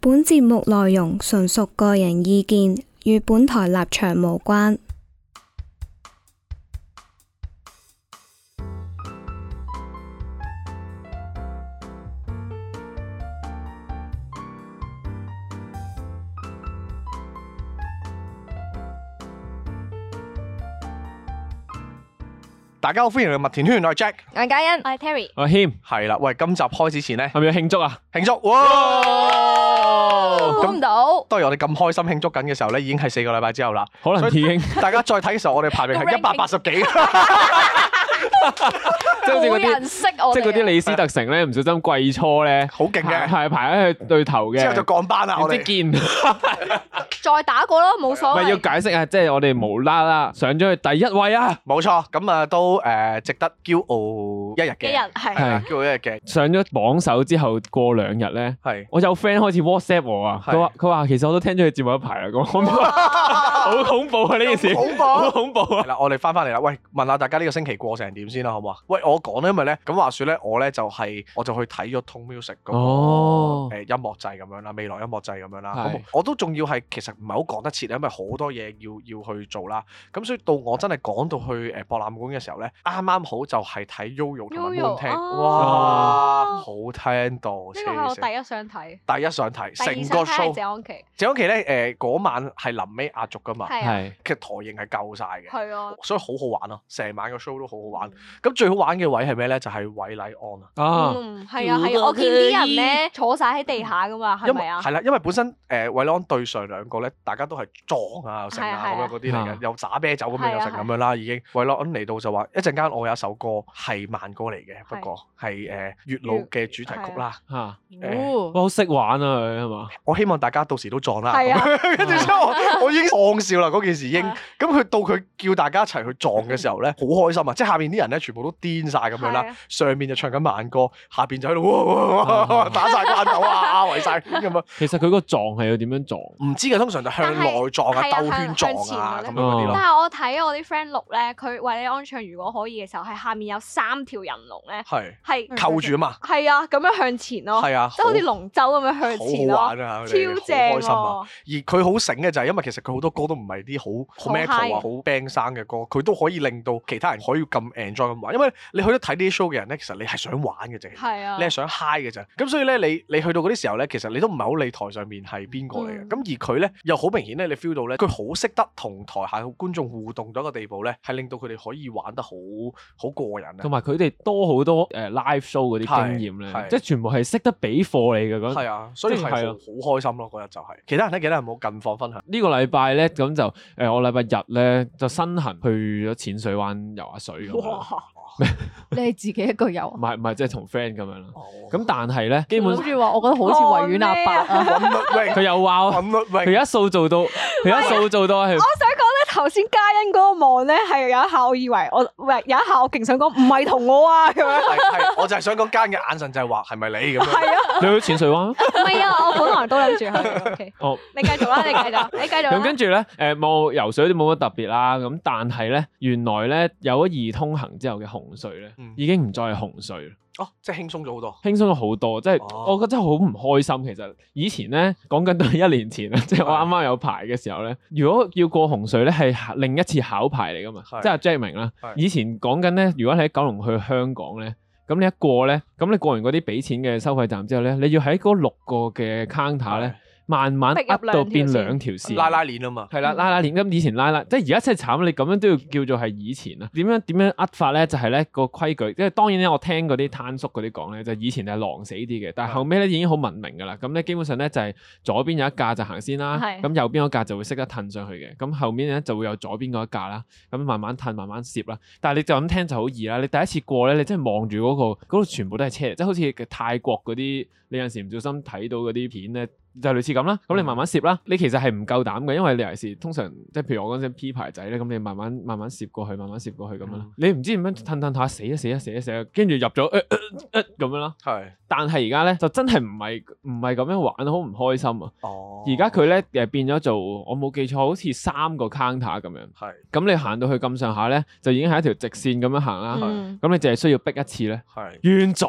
本節目內容純屬個人意見，與本台立場無關。大家好，歡迎嚟麥田圈，我係 Jack，我嘉欣，我係 Terry，阿謙係啦，喂，今集開始前咧係咪要慶祝啊？慶祝，哇！哦估唔到，當然我哋咁開心慶祝緊嘅時候咧，已經係四個禮拜之後啦。可能已經大家再睇嘅時候，我哋排名係一個百 ranking 八十幾，即係好似嗰冇啲人識我哋啊，即係嗰啲李斯特城咧，唔小心季初咧好勁排嘅。排排喺佢對頭嘅，之後就降班啦，我點哋知見唔再打過咯，冇所係要謂。解釋啊！即係我哋無啦啦上咗去第一位啊，冇錯，咁啊都誒值得驕傲一日一嘅，人係係啦驕傲一日嘅，上咗榜首之後過兩日咧。係我有 friend 開始 WhatsApp à? 我啊，係佢話佢話其實我都聽咗佢節目一排啦，咁好恐怖啊呢件事，好恐怖好恐怖 啊！係啦，我哋翻翻嚟啦，喂，問下大家呢個星期過成點先啦，好唔好啊？喂，我講咧，因為咧，咁話説咧，我咧就係、我就去睇咗 Tone Music 嗰、個、呃哦誒音樂祭咁樣啦，未來音樂祭咁樣啦，係咁我都仲要係其實唔係好講得切啊，因為好多嘢要要去做啦，咁所以到我真係講到去誒博覽館嘅時候咧，啱啱好就係睇 Yoyo 同埋 Moon Yoyo，聽，哇，哦好聽到，啊呢個係我黐線第一想睇，第一上睇，第成個二想睇係 show，謝安琪，謝安琪咧誒嗰晚係臨尾壓軸噶嘛，係啊，係其實台型係夠晒嘅。係啊，所以好好玩咯、成晚個 show 都好嗯好玩。咁最好玩嘅位係咩咧？就係、韋禮安啊，啊，嗯，係啊，係啊，我見啲人咧坐晒喺地下噶嘛，係因咪啊？係啦，因為本身誒韋禮安對上兩個咧，大家都係撞啊、又成啊係啊咁樣嗰啲嚟係啊嘅，又打啤酒咁樣係又啊成咁樣啦，已經。韋禮安嚟到就話一陣間我有一首歌係慢歌嚟嘅，不過係誒月老嘅主題啊曲啦。嚇，誒哇好識玩啊佢係嘛？我希望大家到時都撞啦。係啊嗯啊咁跟住之後我我已經喪笑啦，嗰件事已經。咁佢到佢叫大家一齊去撞嘅時候咧，好開心啊！即係下面啲人咧全部都癲晒咁樣啦。係啊上面就唱緊慢歌，下邊就喺度哇哇哇哇哇打晒關斗啊，圍晒圈咁啊！ 其實佢個撞係要點樣撞？唔知嘅，通常就向內撞啊、但係兜圈撞啊係啊向向咁樣前嗰啲啊咯。但係我睇我啲 friend 錄咧，佢為你安唱如果可以嘅時候，係下面有三條人龍咧，係係扣住啊嘛，係啊，咁樣向前咯，係啊，即係好似龍舟咁樣向前好好咯，玩啊！佢哋超正好開心啊！喎，而佢好醒嘅就係因為其實佢好多歌都唔係啲好好好 metal 啊、 high 好 band 生嘅歌，佢都可以令到其他人可以咁 enjoy 咁玩。因為你去咗睇呢啲 show 嘅人咧，其實你係想玩嘅啫。係啊你，係想 high 嘅咋，咁所以咧，你你去到嗰啲時候咧，其實你都唔係好理台上面係邊個嚟嘅，嗯咁、而佢咧又好明顯咧，你 feel 到咧，佢好識得同台下嘅觀眾互動到一個地步咧，係令到佢哋可以玩得好好過癮同啊！埋佢哋多好多誒 live show 嗰啲經驗係咧，即係全部係識得俾貨你嘅嗰係啊，所以係好即係係啊好開心咯，嗰日就係、其他人咧，其他人有冇近況分享？呢個禮拜咧，咁就誒、呃我禮拜日咧就身痕去咗淺水灣游下水咁樣，哇！你係自己一個唔有，係唔係即係同 friend 咁樣啦。咁咁但係咧，基本住話我覺得好似維園阿伯啊，揾 律佢又 話我，永，揾律佢永，一掃做到，佢一掃 做到係啊我想講咧，頭先嘉欣嗰個望咧，係有一下我以為我喂有一下我勁想講唔係同我 啊咁樣，係係，我就係想講奸嘅眼神就係話係咪你咁樣？係啊，你去淺 水灣。唔係啊，我本來都諗住去，OK，哦你繼續啦，你繼續，你繼 續咁啦跟，住咧，誒冇游水都冇乜特別啦。咁但係咧，原來咧有咗易通行之後嘅洪水咧嗯，已經唔再係洪水啦。哦，即係輕鬆咗好多。輕鬆咗好多，即係哦我覺得真係好唔開心。其實以前咧講緊都係一年前啊 啦，即係我啱啱有牌嘅時候咧，如果要過洪水咧係另一次考牌嚟噶嘛係，即係阿 Jack 明啦係。以前講緊咧，如果你喺九龍去香港咧，咁你一過咧，咁你過完嗰啲俾錢嘅收費站之後咧，你要喺嗰六個嘅 counter 咧，慢慢逼入 up 到變兩條線兩條線。拉拉鏈啊嘛，係啦，拉拉鏈咁以前拉拉，即係而家真係慘，你咁樣都要叫做係以前啦。點樣點樣呃法咧？就係咧個規矩，即係當然咧，我聽嗰啲攤叔嗰啲講咧，就以前係狼死啲嘅，但係後尾咧已經好文明㗎啦。咁咧基本上咧就係左邊有一架就行先啦，係咁右邊嗰架就會識得褪上去嘅，咁後面咧就會有左邊嗰一架啦，咁慢慢褪慢慢攝啦。但係你就咁聽就好易啦。你第一次過咧，你真係望住嗰個嗰度全部都係車嚟，即係好似泰國嗰啲，你有陣時唔小心睇到嗰啲片咧。就類似咁啦，嗯咁你慢慢攝啦。你其實係唔夠膽嘅，因為你尤其是通常即係譬如我嗰陣 P 牌仔咧，咁你慢慢慢慢攝過去，慢慢攝過去咁樣啦嗯。你唔知點樣褪褪下死啊死啊死啊死啊，跟住入咗呃呃呃咁樣啦。係但係而家咧就真係唔係唔係咁樣玩，好唔開心啊！哦而家佢咧誒變咗做我冇記錯，好似三個 counter 咁樣。係咁你行到去咁啊上下咧，就已經係一條直線咁樣行啦。嗯咁你淨係需要逼一次咧，係完咗。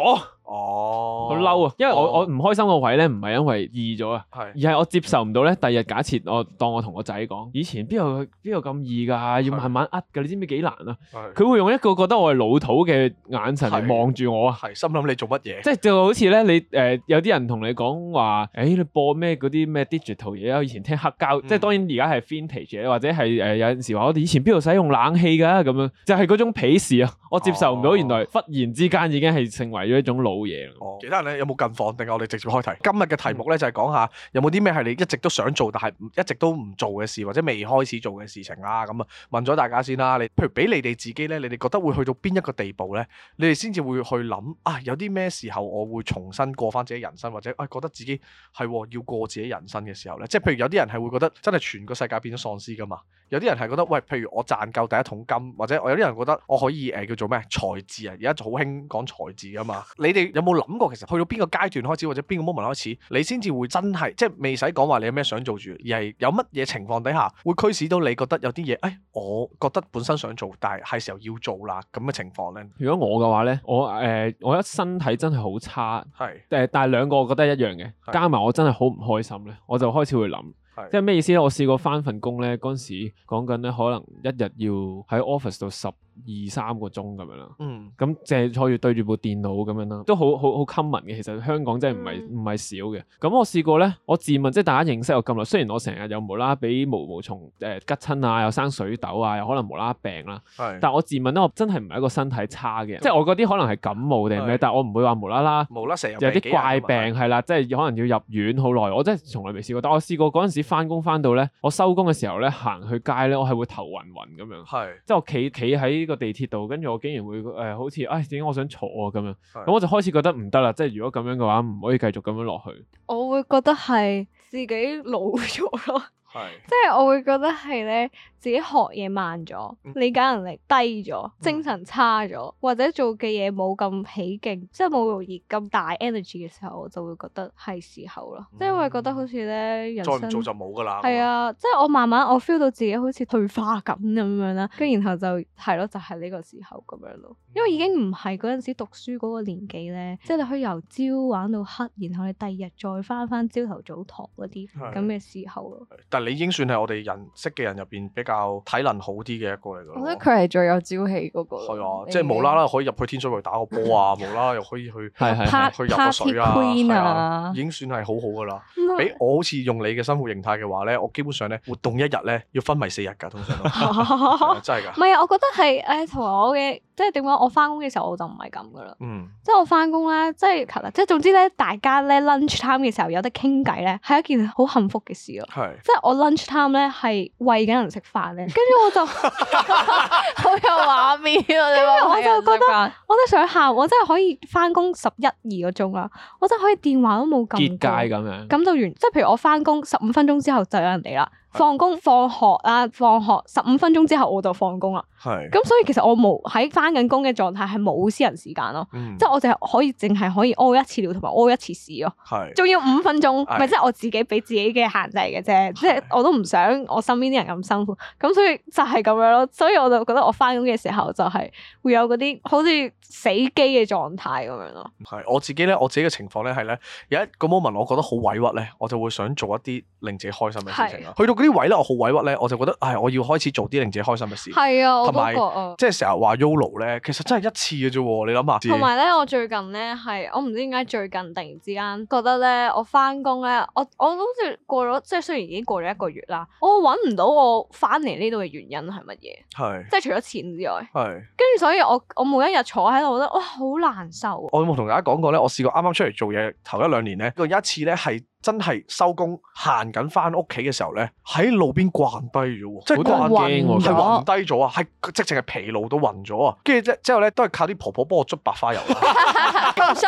哦，好嬲啊！因為我我哦唔開心個位咧，唔係因為易咗啊。而係係我接受唔到咧，第日假設我當我同我仔講，以前邊有邊有咁易㗎，要慢慢呃㗎，你知唔知幾難啊？係佢會用一個覺得我係老土嘅眼神嚟係望住我啊！係心諗你做乜嘢？ 即係就好似咧，你誒、呃有啲人同你講話，誒、你播咩嗰啲咩 digital 嘢啊？我以前聽黑膠，嗯即係當然而家係 vintage 嘢，或者係誒、呃有陣時話我哋以前邊度使用冷氣㗎咁樣，就係、嗰種鄙視啊！我接受唔到，哦原來忽然之間已經係成為咗一種老嘢。哦，嗯其他人咧有冇近況？定係我哋直接開題？今日嘅題目咧就係講下有冇啲咩係你一直都想做，但係唔一直都唔做嘅事，或者未開始做嘅事情啦。咁啊，問咗大家先啦。你譬如俾你哋自己咧，你哋覺得會去到邊一個地步咧，你哋先至會去諗啊，有啲咩時候我會重新過翻自己人生，或者啊覺得自己係喎要過自己人生嘅時候咧，即係譬如有啲人係會覺得真係全個世界變咗喪屍噶嘛。有啲人係覺得，喂，譬如我賺夠第一桶金，或者我有啲人覺得我可以誒、呃叫做咩財智啊，而家就好興講財智噶嘛。 你哋有冇諗過其實去到邊個階段開始，或者邊個 moment 開始，你先至會真係即係未使講話你有咩想做住，而係有乜嘢情況底下會驅使到你覺得有啲嘢，誒、我覺得本身想做，但係係時候要做啦咁嘅情況咧，如果我嘅話咧，我誒、呃我一身體真係好差，係誒，但係兩個我覺得一樣嘅，係加埋我真係好唔開心咧，我就開始會諗，係即係咩意思咧？我試過翻份工咧，嗰陣時講緊咧，可能一日要喺 office 度十二三個鐘咁樣啦。嗯咁淨係坐住對住部電腦咁樣啦，都好好好 common 嘅。其實香港真係唔嗯係唔係少嘅。咁我試過咧，我自問即係大家認識我咁耐，雖然我成日有無啦啦俾毛毛蟲誒吉親啊，又生水痘啊，又可能無啦啦病啦，係，但我自問咧，我真係唔係一個身體差嘅人，即係我嗰啲可能係感冒定係咩，係但我唔會話無啦啦。無啦成日有病幾啲日啊㗎嘛怪病係啦，即係可能要入院好耐，我真係從來未試過。但我試過嗰陣時翻工翻到咧，我收工嘅時候咧，行去街咧，我係會頭暈暈咁樣。係即係我企企喺個地鐵度，跟住我竟然會誒、呃好似唉點解我想坐啊咁樣，係咁我就開始覺得唔得啦，即係如果咁樣嘅話，唔可以繼續咁樣落去。我會覺得係自己老咗咯，係 即係我會覺得係咧自己學嘢慢咗嗯，理解能力低咗，精神差咗，或者做嘅嘢冇咁起勁，即係冇容易咁大 energy 嘅時候，我就會覺得係時候咯，即係會覺得好似咧人嗯再唔生做就冇㗎啦，係啊，即係我慢慢我 feel 到自己好似退化緊咁樣啦，跟然後就係咯，就係、呢個時候咁樣咯。因為已經唔係嗰陣時讀書嗰個年紀咧，即係你可以由朝玩到黑，然後你第二日再翻翻朝頭早堂嗰啲係咁嘅時候咯。但你已經算係我哋人識嘅人入邊比較體能好啲嘅一個嚟㗎 我覺得咯。佢係最有朝氣嗰個。係啊，即係無啦啦可以入去天水圍打個波啊，無啦啦又可以去係係拍係，去入個水啊， Party queen 係啊啊，已經算係好好噶啦。啊俾我好似用你嘅生活形態嘅話咧，我基本上咧活動一日咧要昏迷四日㗎，通常 哦都係啊真係 唔㗎。係啊，我覺得係誒同我嘅，即係點講？我翻工嘅時候我就唔係咁噶啦。嗯，即係我翻工咧，即係其實即係總之咧，大家咧 lunch time 嘅時候有得傾偈咧，係一件好幸福嘅事咯。嗯係。即係我 lunch time 咧係喂緊人食飯咧，跟住我 就 好有畫面啊！你話我就覺覺得我都想喊，我真係可以翻工十一二個鐘啦，我真係可以電話都冇撳結界過咁樣。咁就完，即係譬如我翻工十五分鐘之後就有人嚟啦，放工放學啊，放學十五分鐘之後我就放工啦。係，咁所以其實我冇喺翻緊工嘅狀態係冇私人時間咯，嗯即，係我淨係可以淨係可以屙一次尿同埋屙一次屎咯。係，仲要五分鐘，係咪即係我自己俾自己嘅限制嘅啫，即係我都唔想我身邊啲人咁辛苦，咁所以就係咁樣咯，所以我就覺得我翻工嘅時候就係會有嗰啲好似死機嘅狀態咁樣咯，係我自己咧，我自己嘅情況咧係咧，有一個 moment 我覺得好委屈咧，我就會想做一啲令自己開心嘅事情啦。啊去到嗰啲位咧，我好委屈咧，我就覺得，唉，我要開始做啲令自己開心嘅事。係啊，我都我都同埋覺啊。即係成日話 YOLO 咧，其實真係一次嘅啫喎，你諗下。同埋咧，我最近咧係我唔知點解最近突然之間覺得咧，我翻工咧，我我好似過咗，即係雖然已經過咗一個月啦，我揾唔到我翻嚟呢度嘅原因係乜嘢，係即係除咗錢之外，係，跟住所以我我每一日坐喺度，我覺得哇好難受啊！我有冇同大家講過咧？我試過啱啱出嚟做嘢頭一兩年咧，有一次咧係真係收工行緊翻屋企嘅時候咧，喺路邊慣低咗喎，即係好多人慣暈低。驚喎係暈咗低咗啊！係直情係疲勞到暈咗啊！跟住之之後咧，都係靠啲婆婆幫我捽白花油啊 啦。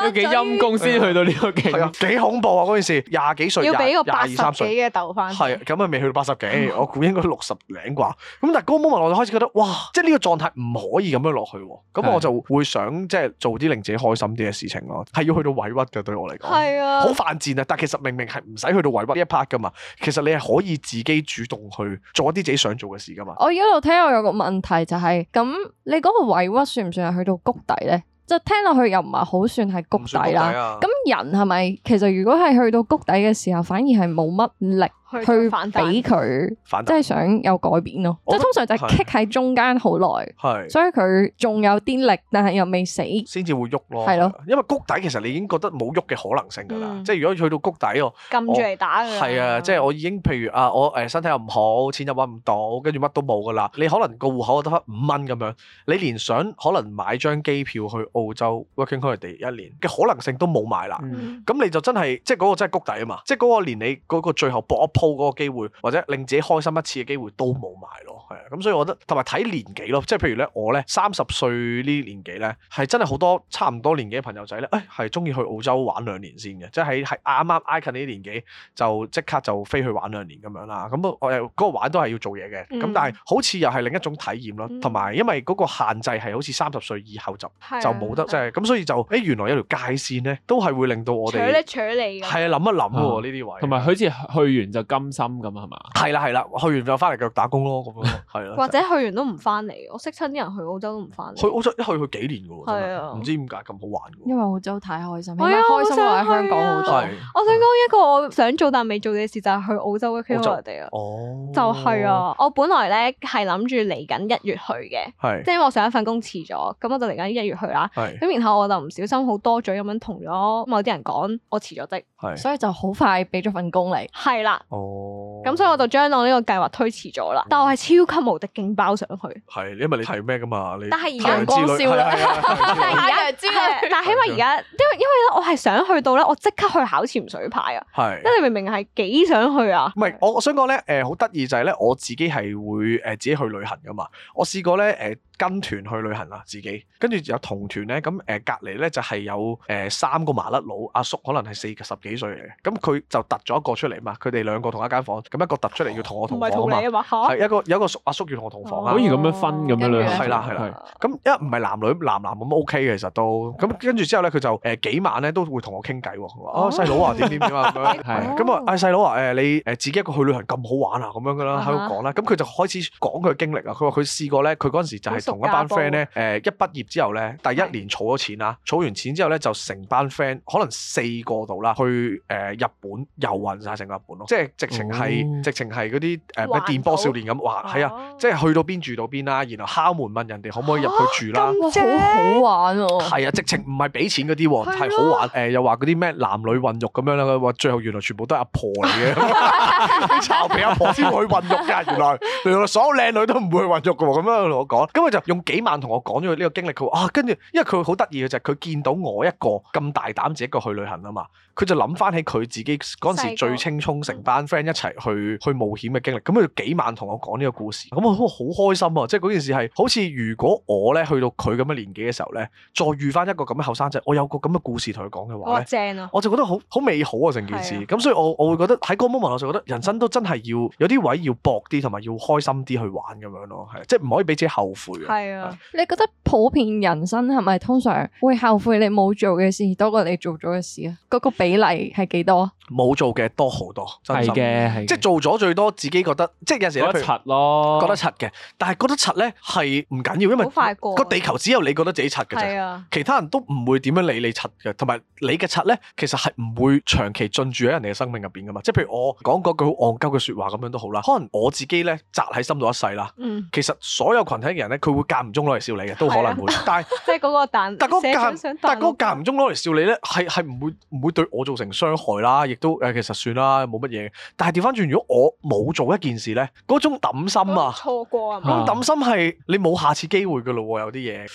要幾陰公先去到呢個境係啊，幾恐怖啊！嗰件事，廿幾歲，要廿俾個廿八二十三幾歲。嘅嗯豆翻。係啊，咁啊未去到八十幾，我估應該六十零啩。咁但係嗰個 moment 我就開始覺得，哇！即係呢個狀態唔可以咁樣落去喎。咁我係就會想即係做啲令自己開心啲嘅事情咯，係要去到委屈嘅對我嚟講。係啊好，犯賤啊！但其實明明係唔使去到委屈呢一 part 噶嘛，其實你係可以自己主動去做一啲自己想做嘅啊事噶嘛。我一路聽我有個問題就係、咁你嗰個委屈算唔算係去到谷底咧？就聽落去又唔係好算係谷唔算底啦。啊咁人係咪其實如果係去到谷底嘅時候，反而係冇乜力去去反彈俾佢，反即彈係想有改變咯。我即係覺通常就係係棘喺中間好耐，係所以佢仲有啲力，但係又未死。先至會喐咯。係咯，因為谷底其實你已經覺得冇喐嘅可能性㗎啦。嗯即係如果去到谷底我。撳住嚟打哎㗎。係啊，即係我已經譬如啊，我誒身體又唔好，錢又揾唔到，跟住乜都冇噶啦。你可能個户口得翻五蚊咁樣，你連想可能買張機票去澳洲 working holiday 一年嘅可能性都冇買啦。嗯咁你就真係即係嗰個真係谷底啊嘛！即係嗰個連你嗰個最後搏一鋪嗰個機會，或者令自己開心一次嘅機會都冇埋咯，係啊！咁所以我覺得同埋睇年紀咯，即係譬如咧我咧三十歲呢啲年紀咧，係真係好多差唔多年紀嘅朋友仔咧，誒係中意去澳洲玩兩年先嘅，即係喺係啱啱挨近呢啲年紀就即刻就飛去玩兩年咁樣啦。咁我誒嗰個玩都係要做嘢嘅，咁、嗯但係好似又係另一種體驗咯，嗯同埋因為嗰個限制係好似三十歲以後就係啊就冇得即係咁，所以就誒、欸原來有條界線咧，都係會令到我取哋你取你係啊諗一諗喎啊呢啲位，同埋佢好似去完就甘心咁啊係嘛？係啦係啦，去完就翻嚟繼續打工咯咁樣 咯，係啦，或者去完都唔翻嚟。我識親啲人去澳洲都唔翻去嚟。澳洲一去去幾年嘅喎，真係啊係唔知點解咁好玩嘅因喎，為澳洲太開心，起係啊碼開心過喺好想香港去好啊多。係我想講一個我想做但未做嘅事，就係去澳洲嘅 c a 澳洲 r 地啊。哦，就係，啊！我本來咧係諗住嚟緊一月去嘅，係即係因為我上一份工辭咗，咁我就嚟緊一月去啦。係咁然後我就唔小心好多嘴咁樣同咗某啲人講我辭咗職，係所以就好快俾咗份工嚟。係啦。哦，咁所以我就將我呢個計劃推遲咗啦。但我係超級無敵勁爆上去，係因為你係咩㗎嘛，你但係而太家陽之旅光燒啊啦係啊 太陽之旅但係而太家陽 之旅係但係起碼而家，因為因為咧我係想去到咧，我即刻去考潛水牌啊！係 即。係你明明係幾想去啊？唔係，我我想講咧，誒、好得意就係咧，我自己係會誒、自己去旅行噶嘛。我試過咧誒、跟團去旅行啦，自己跟住有同團咧，咁誒、呃隔離咧就係、有誒、三個麻甩佬阿叔，可能係四十幾歲嚟嘅，咁佢就突咗一個出嚟嘛。佢哋兩個同一間房，咁一個突出嚟要同我唔同房係啊同嘛你，啊嘛嚇！係一個有一個叔阿叔要同我同房啊啦可。以咁樣分咁樣跟住兩個呢哦係啦係啦，咁一唔係男女男男咁 OK 嘅，其實都咁跟住之後咧，佢就誒幾晚咧都會同我傾偈喎。佢話啊細佬啊點點點啊咁樣，哦 係咁哦啊嗌細佬啊誒你誒自己一個去旅行咁好玩啊咁樣噶啦，喺度講啦。咁佢就開始講佢嘅經歷啊。佢話佢試過咧，佢嗰陣時就係同一班好熟㗎 friend 咧誒一畢業之後咧，第一年儲咗錢啦，儲完錢之後咧就成班 friend 可能四個度啦，去誒日本遊運晒成個日本咯，即係直情係哦直情係嗰啲誒咩環電波島少年咁哇，係啊！哦即係去到邊住到邊啦，然後敲門問人哋可唔可以入去住啦。哇，好好玩喎！係啊，直情唔係俾錢嗰啲喎，係好玩。誒、又話嗰啲咩男女混浴咁樣啦，佢話最後原來全部都係阿婆嚟嘅，你巢皮阿婆先會去混浴㗎。原來原來所有靚女都唔會去混浴嘅喎，咁樣同我講。咁佢就用幾晚同我講咗佢呢個經歷。佢話啊，跟住因為佢好得意嘅就係佢見到我一個咁大膽自己一個去旅行啊嘛，佢就諗翻起佢自己嗰陣時細個最青葱，成班 friend 一齊去去冒險嘅經歷。咁佢就幾晚同我講呢個故事，咁我哇好開心啊！即係嗰件事係好似如果我咧去到佢咁嘅年紀嘅時候咧。再遇翻一個咁嘅後生仔，我有個咁嘅故事同佢講嘅話哇咧，正啊！我就覺得好好美好啊成件事。係啊咁所以我我會覺得喺嗰個 moment 我就覺得人生都真係要有啲位要搏啲，同埋要開心啲去玩咁樣咯，係啊即係唔可以俾自己後悔嘅。係啊，你覺得普遍人生係咪通常會後悔你冇做嘅事多過你做咗嘅事啊？嗰、個比例係幾多啊？冇做嘅多好多，真係心嘅，係嘅即係做咗最多，自己覺得即係有時咧覺得譬如柒咯，覺得柒嘅，但係覺得柒咧係唔緊要，因為好快過個地球只有你覺得自己柒嘅啫係。啊，其他人都唔會點樣理你柒嘅，同埋你嘅柒咧，其實係唔會長期進駐喺人哋嘅生命入邊噶嘛。即係譬如我講嗰句好戇鳩嘅説話咁樣都好啦，可能我自己咧扎喺心度 一世啦。嗯，其實所有群體嘅人咧，佢會間唔中攞嚟笑你嘅，都可能會。但係 即係嗰個彈，但嗰社長間想但彈嗰間唔中攞嚟笑你咧，係係唔會唔會對我造成傷害啦，亦都誒、呃其實算啦，冇乜嘢。但係調翻轉，如果我冇做一件事咧，嗰種抌心啊！錯過啊咁嘛啊，抌心係你冇下次機會噶咯喎，有啲嘢。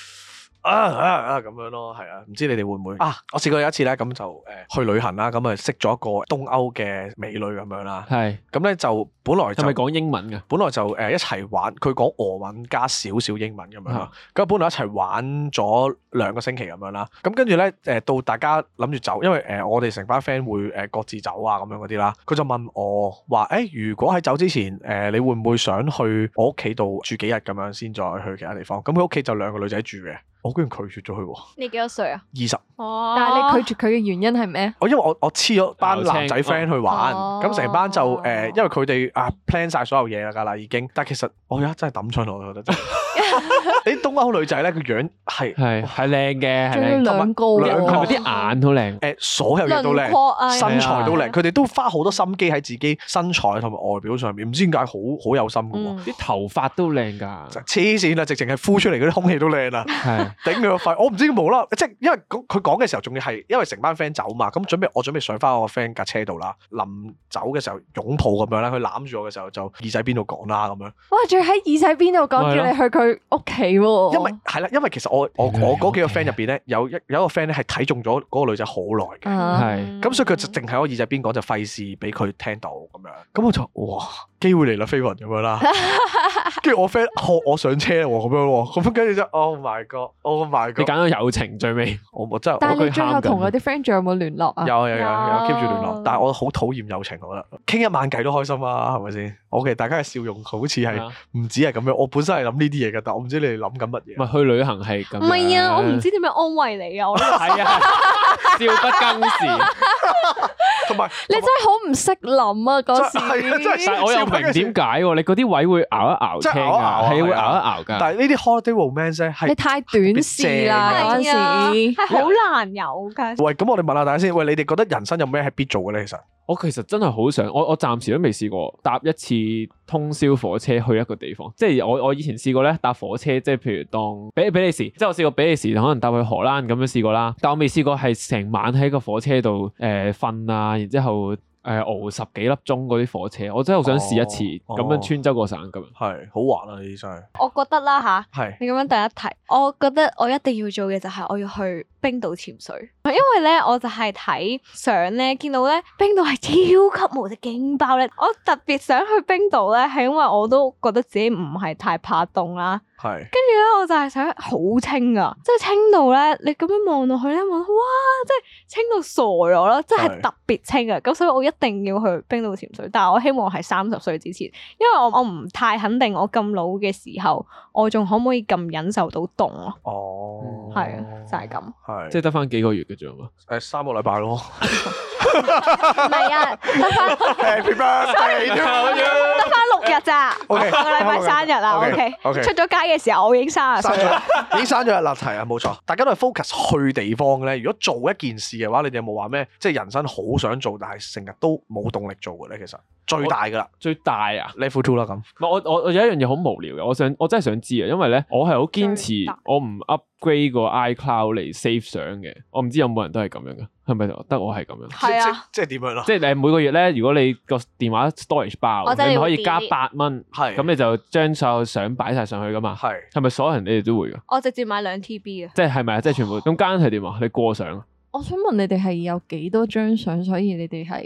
啊啊啊咁樣咯，係啊，唔知你哋會唔會啊？我試過有一次咧，咁就誒、呃去旅行啦，咁啊識咗一個東歐嘅美女咁樣啦，係咁咧就本來就係咪講英文㗎？本來就誒、呃一齊玩，佢講俄文加少少英文咁樣啦啊，咁啊本來一齊玩咗兩個星期咁樣啦，咁跟住咧誒到大家諗住走，因為誒、呃我哋成班 friend 會誒、呃各自走啊咁樣嗰啲啦，佢就問我話誒、欸如果喺走之前誒、呃你會唔會想去我屋企度住幾日咁樣先再去其他地方？咁佢屋企就兩個女仔住嘅。我居然拒絕咗佢喎，你幾多歲啊？二十。哦但係你拒絕佢嘅原因係咩？我因為我我黐啊咗班男仔青 friend 去玩，哦咁成班就誒、呃因為佢哋啊 plan 晒所有嘢啦㗎啦已經，但其實我而家真係抌春我覺得 真係。你東歐女仔咧個樣係係係靚嘅，係仲要靚。兩高喎，兩係個咪啲眼好靚？誒呃所有嘢都輪廓啊靚，身材都係靚，啊佢哋都花好多心機喺自己身材同埋外表上面，唔知點解好好有心㗎嗯喎。嗯啲頭髮都靚㗎，黐線啦，直情係呼出嚟嗰啲空氣都靚啊啦，係頂佢個肺！我唔知佢無啦，即係因為講佢講嘅時候，仲要係因為成班 friend 走嘛，咁準備我準備上翻我個 friend 架車度啦，臨走嘅時候擁抱咁樣啦，佢攬住我嘅時候就耳仔邊度講啦咁樣，哇！仲要喺耳仔邊度講，係咯叫你去佢屋企喎。啊因為係啦，因為其實我我原來係我嗰幾個咁嘅 friend 入邊咧，有一有一個 friend 咧係睇中咗嗰個女仔好耐嘅。啊係咁所以佢就淨喺我耳仔邊講，就費事俾佢聽到咁樣。咁我就哇，機會嚟啦，飛雲咁樣 啦。跟住我 friend 學我上車喎，咁樣喎。咁跟住就 Oh my God，Oh my 你 God！揀咗友情最尾，我我真係係但係你最我後覺得佢同喊緊嗰啲 friend 仲有冇聯絡啊？有有有有有 keep 住聯絡，但係我好討厭友情，我覺得傾一晚偈都開心啊，係咪先？OK，大家嘅笑容好似係啊唔止係咁樣，我本身係諗呢啲嘢嘅，但我唔知你哋諗緊乜唔嘢。係去旅行係咁樣。唔係嗯啊，我唔知點樣安慰你啊，我呢個係啊，笑不更時。 同埋你真係好唔識諗啊！嗰時真係啊真係但係我又唔明點解喎，你嗰啲位會咬一咬青真係咬一啊，咬係會係啊咬一咬㗎。但係呢啲 holiday romance 咧係你太短視啦嗰係啊陣時。係好難有噶。喂，咁我哋問下大家先，喂，你哋覺得人生有咩係必做嘅咧？其實我其實真係好想，我我暫時都未試過搭一次通宵火車去一個地方，即係我我以前試過咧搭火車，即係譬如當比比利時，即係我試過比利時可能搭去荷蘭咁樣試過啦，但我未試過係成晚喺個火車度誒瞓啊，然之後誒、呃、熬十幾粒鐘嗰啲火車，我真係好想試一次哦咁樣穿州過省咁樣。係好玩啊，呢啲真係我覺得啦吓，係。你咁樣第一題，我覺得我一定要做嘅就係我要去冰島潛水，因為咧我就係睇相咧，見到咧冰島係超級無敵勁爆咧，我特別想去冰島咧，係因為我都覺得自己唔係太怕凍啦，係跟住咧我就係想好清啊，即係清到咧你咁樣望落去咧，望到哇，即係清到傻咗啦，即係係特別清啊，咁所以我一定要去冰島潛水，但係我希望係三十歲之前，因為我我唔太肯定我咁老嘅時候，我仲可唔可以咁忍受到凍咯。哦，係啊，就係咁。係即即係得翻幾個月嘅啫嘛，係誒三個禮拜咯。唔係啊，得翻 Happy birthday to you！得翻六日咋，我個 OK，禮拜生 日啦。 OK， OK， OK 出咗街嘅時候我已經啊生日刪歲啦。咗，已經刪咗啦，題啊，冇錯。大家都係 focus 去地方嘅咧。如果做一件事嘅話，你哋有冇話咩？即係人生好想做，但係成日都冇動力做嘅咧。其實最大噶啦最大啊！ ，level two 啦咁。唔係我我我有一樣嘢好無聊嘅，我想我真係想知啊，因為咧我係好堅最持大我唔 upgrade 個 iCloud 嚟 save 相嘅，我唔知有冇人都係咁樣嘅，係咪得我係咁樣？係啊。即係點樣啦？即係你每個月咧，如果你個電話 storage 爆，我真係你咪可以會加 delete 八蚊，係咁你就將所有相擺晒上去噶嘛？係係咪所有人你哋都會噶？我直接買兩 TB 啊。即係係咪啊？即係全部咁間係點啊？你過相我想問你哋係有幾多張相，所以你哋係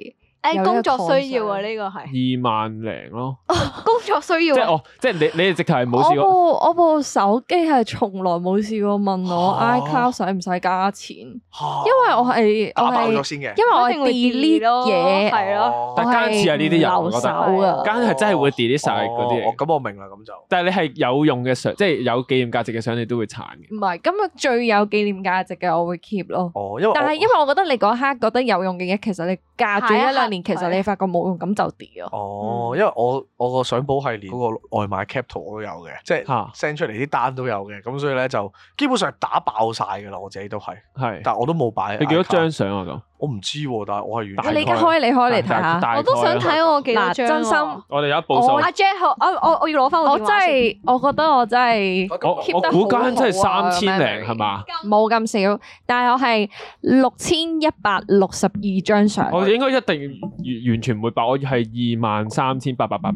誒，有呢個工作需要啊， concern 呢個係二萬零咯，工作需即要係啊。我即係你你哋直頭係冇我試過。部我部手機係從來冇試過問我嚇 iCloud 使唔使加錢，因因為我係哦打我爆係咗先嘅，因為我一係定會 delete delete 咯嘢，係咯哦但係間似係呢啲人我我係唔留覺手得啊。間係真係會 delete 晒嗰啲哦嘢哦。咁我明啦，咁就但係你係有用嘅相，即係有紀念價值嘅相，你都會殘嘅。唔係，今日最有紀念價值嘅我會 keep 咯。哦，因為但係因為為我覺得你嗰刻覺得有用嘅嘢，其實你隔住一下一刻兩年，其實你發覺冇用，咁就跌咯。哦，嗯因為我我個相簿係連嗰個外賣 cap 圖我都有嘅，即係嚇 send 出嚟啲單都有嘅，咁所以咧就基本上係打爆晒嘅啦，我自己都係，係，但我都冇擺。你幾多張？相啊？咁我唔知喎，但係我係大完概你全而家開，你開嚟睇大下。大概我都想啦睇我幾多嗱，張真心喎我哋有一部數我，阿 Jack 好，我我我要攞翻我我電真話先。係，我覺得我真係我我 keep 得好好啊估間真係三千 memory 零係嘛？冇咁少，但係我係六千一百六十二張相。我應該一定完完全唔會爆，我係二萬三千八百八。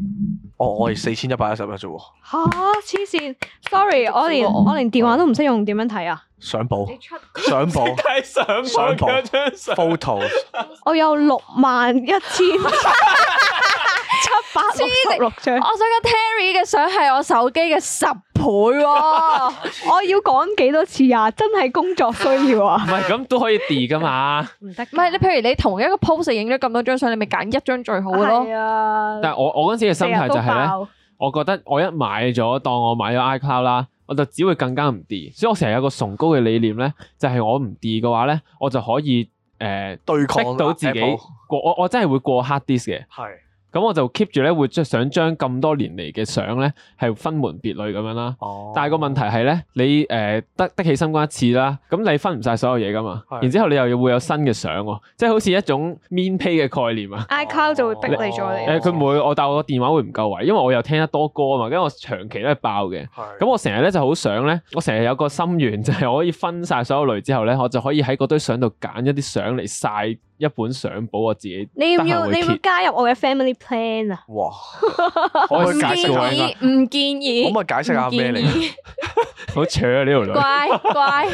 我哦我係四千一百一十一啫喎，吓黐線，sorry，我連我連電話都唔識用，點樣睇啊？相簿 相 簿睇上相簿張相 photos 我有六萬一千七百六十六張我。想講 Terry 嘅相係我手機嘅十倍喎。我要講幾多次啊？真係工作需要唔啊！係咁都可以 delete 噶 嘛？唔得，唔係你，譬如你同一個 pose 影咗咁多張相，你咪揀一張最好嘅咯。啊但係我我嗰陣時嘅心態就係咧，咧，我覺得我一買咗當我買咗 iCloud 啦，我我就只會更加唔跌。所以我成日有個崇高嘅理念咧，就係、我唔跌嘅話咧，我就可以誒、呃對逼抗到自己 Apple 過我我真係會過 hard disk 嘅。係咁我就 keep 住咧，會將想將咁多年嚟嘅相咧係分門別類咁樣啦。哦但係個問題係咧，你誒、呃得得起心肝一次啦，咁你分唔晒所有嘢噶嘛，係然之後你又要會有新嘅相喎，即係好似一種 mean pay 嘅概念啊。 iCloud iCloud 就就會會逼逼你你再再嚟誒啊嚟。佢唔會，我但係我電話會唔夠位，因為我又聽得多歌啊嘛，跟住我長期都係爆嘅。係咁我成日咧就好想咧，我成日有個心願就係、我可以分晒所有類之後咧，我就可以喺嗰堆相度揀一啲相嚟晒一本相簿我自己。你要唔要得閒會你要唔要揭加入我嘅 family plan 啊？哇，可我唔可以解釋下？應該唔建議可唔可以解釋下咩嚟？ 好扯啊呢條女。乖乖，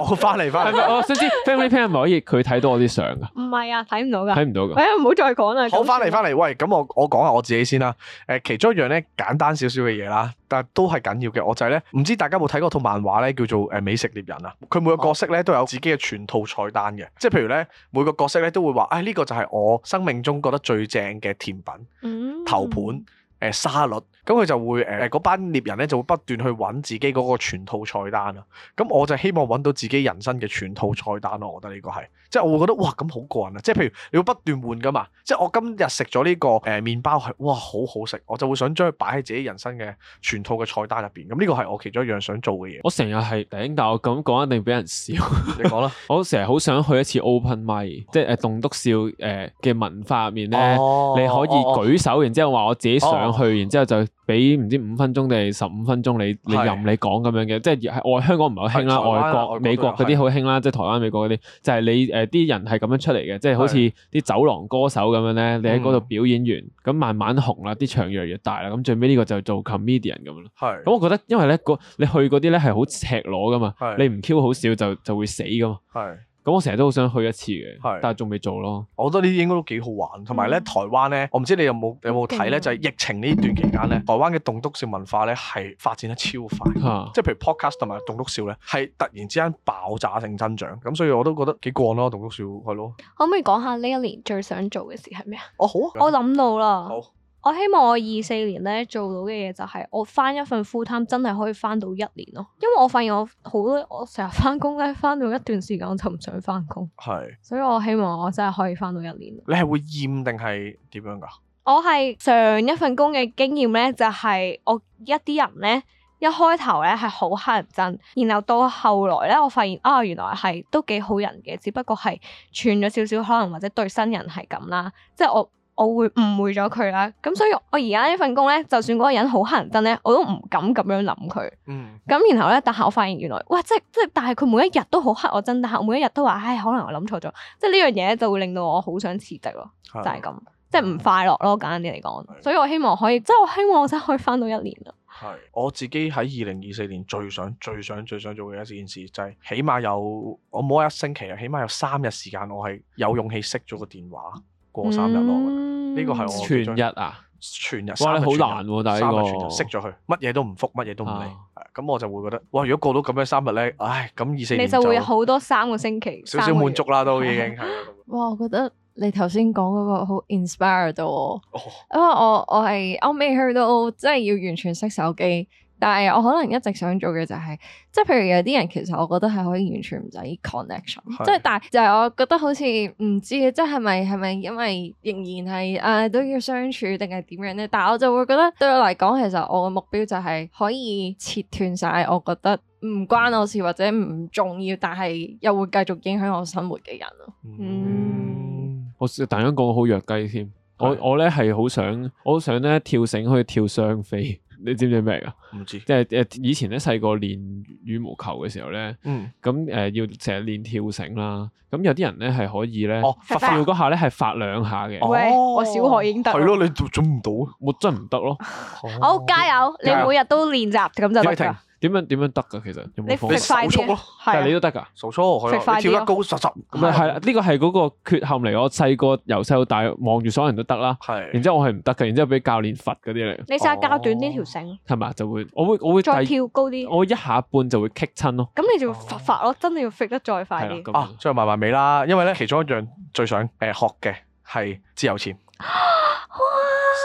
我翻嚟翻係嚟，咪我哦想知 family plan 係咪可以佢睇到我啲相㗎？唔係啊，睇唔到㗎。睇唔到㗎。哎呀，唔好再講啦。好翻嚟翻嚟。喂，咁我我講下我自己先啦。誒，其中一樣咧簡單少少嘅嘢啦，但係都係緊要嘅。我就係咧，唔知大家有冇睇過套漫畫咧，叫做誒美食獵人啊。佢每個角色咧都有自己嘅全套菜單嘅，即係譬如咧每個角色咧都會話，唉、呢、個就係我生命中覺得最正嘅甜品。嗯頭盤誒、呃沙律，咁佢就會誒嗰班獵人咧就會不斷去揾自己嗰個全套菜單啦。咁我就希望揾到自己人生嘅全套菜單咯。我覺得呢個係，即係我會覺得哇咁好過癮啊！即係譬如你要不斷換噶嘛，即係我今日食咗呢個誒、呃、麵包係哇好好食，我就會想將佢擺喺自己人生嘅全套嘅菜單入邊。咁呢個係我其中一樣想做嘅嘢。我成日係頂，但我咁講一定俾人笑。你講啦，我成日好想去一次 open mic，即係誒棟篤笑誒嘅文化入面咧， 哦你可哦哦以舉手，然之後話我自己上去，哦然之後就俾唔知五分鐘定係十五分鐘你你係任你講咁樣嘅，即係係外香港唔係好興啦，係台灣外啦外國國美國嗰都有啲係好興啦，即係台灣美國嗰啲，就係你誒啲人係咁樣出嚟嘅，即係好似係啲走廊歌手咁樣咧，你喺嗰度嗯表演完，咁慢慢紅啦，啲場越嚟越大啦，咁最尾呢個就做 comedian 咁樣咯。係咁我覺得，因為咧，嗰你去嗰啲咧係好赤裸噶嘛係，你唔 Q 好少就就會死噶嘛。係。咁我成日都好想去一次嘅係，但係仲未做咯。我覺得呢啲應該都幾好玩，同嗯埋咧台灣咧，我唔知你有冇有冇啊睇咧，就係、疫情呢段期間咧，台灣嘅棟篤笑文化咧係發展得超快，嚇，即係譬如 podcast 同埋棟篤笑咧係突然之間爆炸性增長，咁所以我都覺得幾過癮咯，棟篤笑係咯，可唔可以講下呢一年最想做嘅事係咩啊？哦好啊，我諗到啦，好我希望我二四年咧做到嘅嘢就係我翻一份 full time 真係可以翻到一年咯，因為我發現我好我成日翻工咧，翻到一段時間我就唔想翻工，係，所以我希望我真係可以翻到一年。你係會厭定係點樣㗎？我係上一份工嘅經驗咧，就係、我一啲人咧，一開頭咧係好乞人憎，然後到後來咧，我發現啊，原來係都幾好人嘅，只不過係串咗少少，可能或者對新人係咁啦，即係我我會誤會咗佢啦。咁所以我而家呢份工咧，就算嗰個人好乞人憎咧，我都唔敢咁樣諗佢。嗯，咁然後咧，但係我發現原來，哇！即係即係，但係佢每一日都好黑我真，但係我每一日都話，唉，可能我諗錯咗，即係呢樣嘢就會令到我好想辭職咯，就就係，咁，即係唔快樂咯，簡單啲嚟講。係所以我希望可以，即係我希望我真係可以翻到一年啊！係我自己喺二零二四年最想、最想、最想做嘅一件事，就係、起碼有我冇話一星期啊，起碼有三日時間，我係有勇氣熄咗個電話過三日咯。我覺得嗯呢個係我全日啊！全日哇，三你日好全日難喎，但係三日呢全日熄個咗佢，乜嘢都唔覆，乜嘢都唔理。啊係咁我就會覺得，哇！如果過到咁樣三日咧，唉，咁二四你年就會好多三個星期，少少三個月滿足。啦，都已經係啦。咁哇，我覺得你頭先講嗰個好 inspire 到我，哦因為我我係我未去到真係要完全熄手機，但係我可能一直想做嘅就係、即係譬如有啲人其實我覺得係可以完全唔使 connection，係即係但係就係我覺得好似唔知即係係咪係咪因為仍然係啊都要相處定係點樣咧？但係我就會覺得對我嚟講，其實我嘅目標就係可以切斷晒我覺得唔關我事或者唔重要，但係又會繼續影響我生活嘅人咯。嗯，我突然間講好弱雞添。我係我咧係好想，我好想咧跳繩去跳雙飛。 你知唔知咩嚟㗎？唔知即係誒以前咧細個練羽毛球嘅時候咧，嗯咁誒、呃要成日練跳繩啦。咁有啲人咧係可以咧，哦發跳嗰下咧係發兩下嘅，喂哦我小學已經得啦係咯，你做做唔到啊。我真係唔得咯。好，加油！你嗯加油每日都練習咁就得停㗎。啊點樣點樣得㗎？其實有冇你方你法食？快手速啲咯啊，但係你係啊都得㗎。手速係食咯，快啲你跳得咯高實實唔係咁係啦，呢個係嗰個缺陷嚟。我細個由細到大望住所有人都得啦，係然之後我係唔得嘅，然之後俾教練罰嗰啲嚟，你試下較短呢條哦繩，係咪啊？就會我會我會再第跳高啲，我一下半就會棘親咯，咁你就要哦發發咯，真係要 fit 得再快係啦啲。咁啊，最後埋埋尾啦，因為咧其中一樣最想誒、呃、學嘅係自由潛。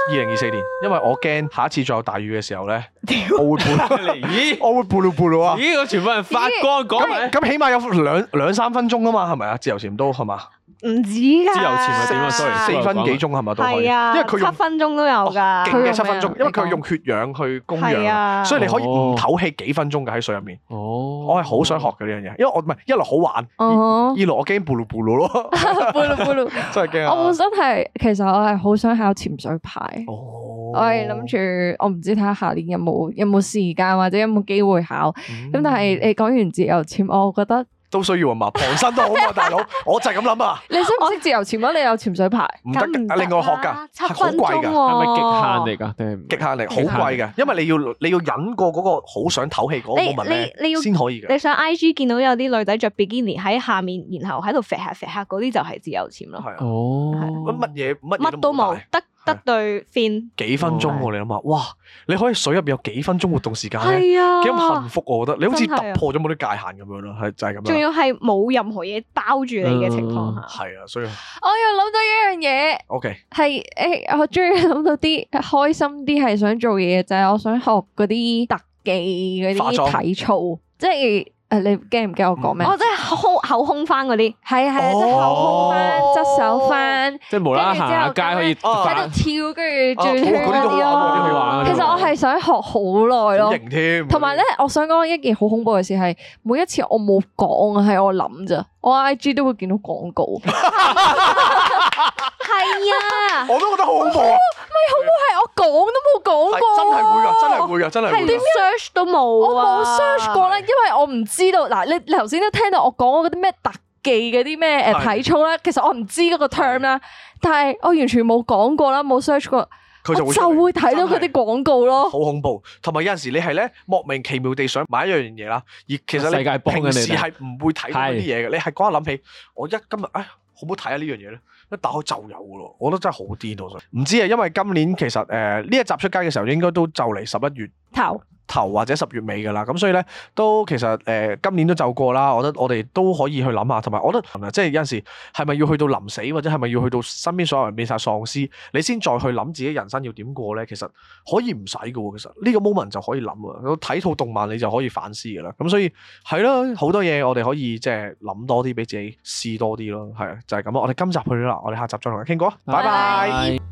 二零二四年，因為我驚下一次再有大雨嘅時候咧，我會半，我會半路半路啊！咦，我全部人發光講咁咁起碼有兩兩三分鐘啊嘛，係咪啊？自由潛都係嘛，唔止噶，自由潛係點啊？sorry，四分幾鐘係咪都可以？係啊，因為佢用哦七分鐘都啊有㗎，勁嘅用七分咩鐘，啊因為佢用血氧去供係氧，啊，所以你可以唔哦唞氣幾分鐘嘅喺水入面。哦，我係好想學嘅呢樣嘢，因為我唔係一來好玩，二哦，來我驚布魯布魯咯， 咕嚕 咕嚕真係驚我本啊！身係其實我係好想考潛水牌。哦我係諗住，我唔知睇下下年有冇有冇時間或者有冇機會考。咁咁但係你講完自由潛，我覺 得嗯都需要啊嘛，旁身都好嘛， 大佬，我就係咁諗啊，你識唔識自由潛啊？你有潛水牌，唔得梗唔㗎，啊得另外學啦，㗎係啊七好分貴鐘㗎，喎係哦咪極限嚟㗎？定係唔極限力好貴㗎，因為你要你要忍過嗰個好想唞氣嗰個你 moment 你你咧，要先可以㗎。你上 I G 見到有啲女仔着比基尼喺下面，然後喺度揈下揈下，嗰啲就係自由潛咯，係啊，哦乜，乜嘢乜嘢乜都冇帶，得得對 fin。幾分鐘喎，你諗下，哇！你可以水入邊有幾分鐘活動時間咧，係啊，幾咁幸福我覺得，你好似真係啊突破咗某啲界限咁樣咯，係就係咁仲樣。要係冇任何嘢包住你嘅情況下，係啊，所以我又諗到一樣嘢， OK，係誒、我終於諗到啲開心啲係想做嘢，就係、我想學嗰啲特技嗰化妝啲體操，即係誒、你驚唔驚嗯我講咩？哦，即係空口空翻嗰啲，係啊係啊，即係後空翻、側手翻，即係無啦啦行下街可以哦喺發度跳跟住哦轉圈嗰啲嗰都好啲玩嗰啲好咯玩。其實我係想學好耐好咯。型啊添。同埋咧，我想講一件好恐怖嘅事係，每一次我冇講啊，係我諗咋，我 I G 都會見到廣告， 係係啊，我都覺得好恐怖啊！我講都冇講過係啊，真係會㗎，真係會㗎， 真係會係㗎連。search 都冇我啊，冇 search 過啦，因為我唔知道嗱，你你頭先都聽到我講嗰啲咩特技嗰啲咩誒係體操啦，其實我唔知嗰個 term 啦，但係我完全冇講過啦，冇 search 過，佢就我會就出嚟會睇到真佢啲係廣告好咯。恐怖，同埋有陣時你係咧莫名其妙地想買一樣嘢啦，而其實世界你幫緊你平哋時係唔會睇到呢啲嘢嘅，你係嗰下諗起，我一今日唉好唔好睇啊下呢樣嘢咧？一打開就有噶咯，我覺得真係好癲我想唔知啊，因為今年其實誒呢、一集出街嘅時候應該都就嚟十一月頭頭或者十月尾㗎啦，咁所以咧都其實誒、呃今年都就過啦，我覺得我哋都可以去諗下，同埋我覺得即係有陣時係咪要去到臨死或者係咪要去到身邊所有人變晒喪屍，你先再去諗自己人生要點過咧？其實可以唔使㗎喎，其實呢個 moment 就可以諗啊，睇套動漫你就可以反思㗎啦。咁所以係啦，好多嘢我哋可以即係諗多啲，俾自己試多啲咯，係啊就係咁啦。我哋今集去到啦，我哋下集再同你傾過啊，拜拜。拜。